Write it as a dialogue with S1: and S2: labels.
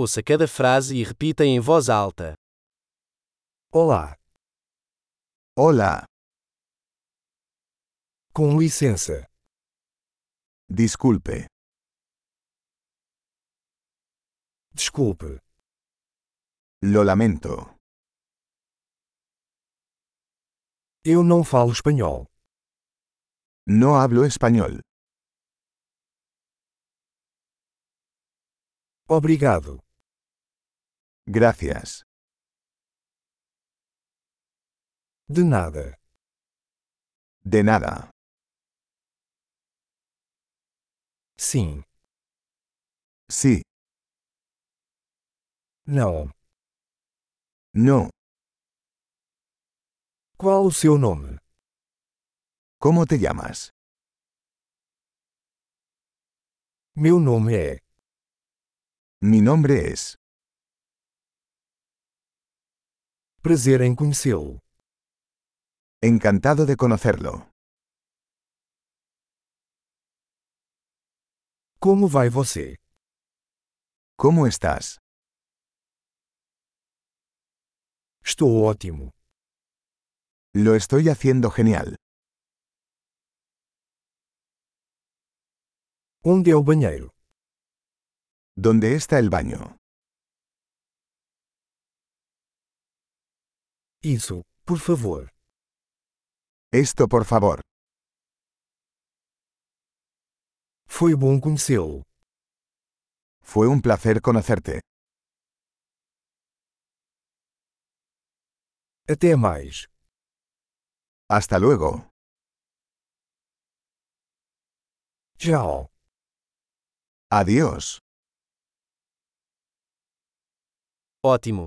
S1: Ouça cada frase e repita em voz alta.
S2: Olá,
S3: Hola,
S2: com licença.
S3: disculpe,
S2: Desculpe,
S3: lo lamento.
S2: eu não falo espanhol.
S3: No hablo español.
S2: Obrigado.
S3: Gracias.
S2: De nada.
S3: De nada.
S2: Sim.
S3: Sí,
S2: Não.
S3: no.
S2: Qual o seu nome?
S3: ¿Cómo te llamas?
S2: Meu nome é.
S3: Mi nombre es.
S2: Prazer em conhecê-lo.
S3: Encantado de conocerlo.
S2: Como vai você?
S3: ¿Cómo estás?
S2: Estou ótimo.
S3: Lo estoy haciendo genial.
S2: Onde é o banheiro?
S3: ¿Dónde está el baño?
S2: Isso, por favor.
S3: Esto, por favor.
S2: Foi bom conhecê-lo.
S3: Fue un placer conocerte.
S2: Até mais.
S3: Hasta luego.
S2: Tchau.
S3: Adiós.
S1: Ótimo!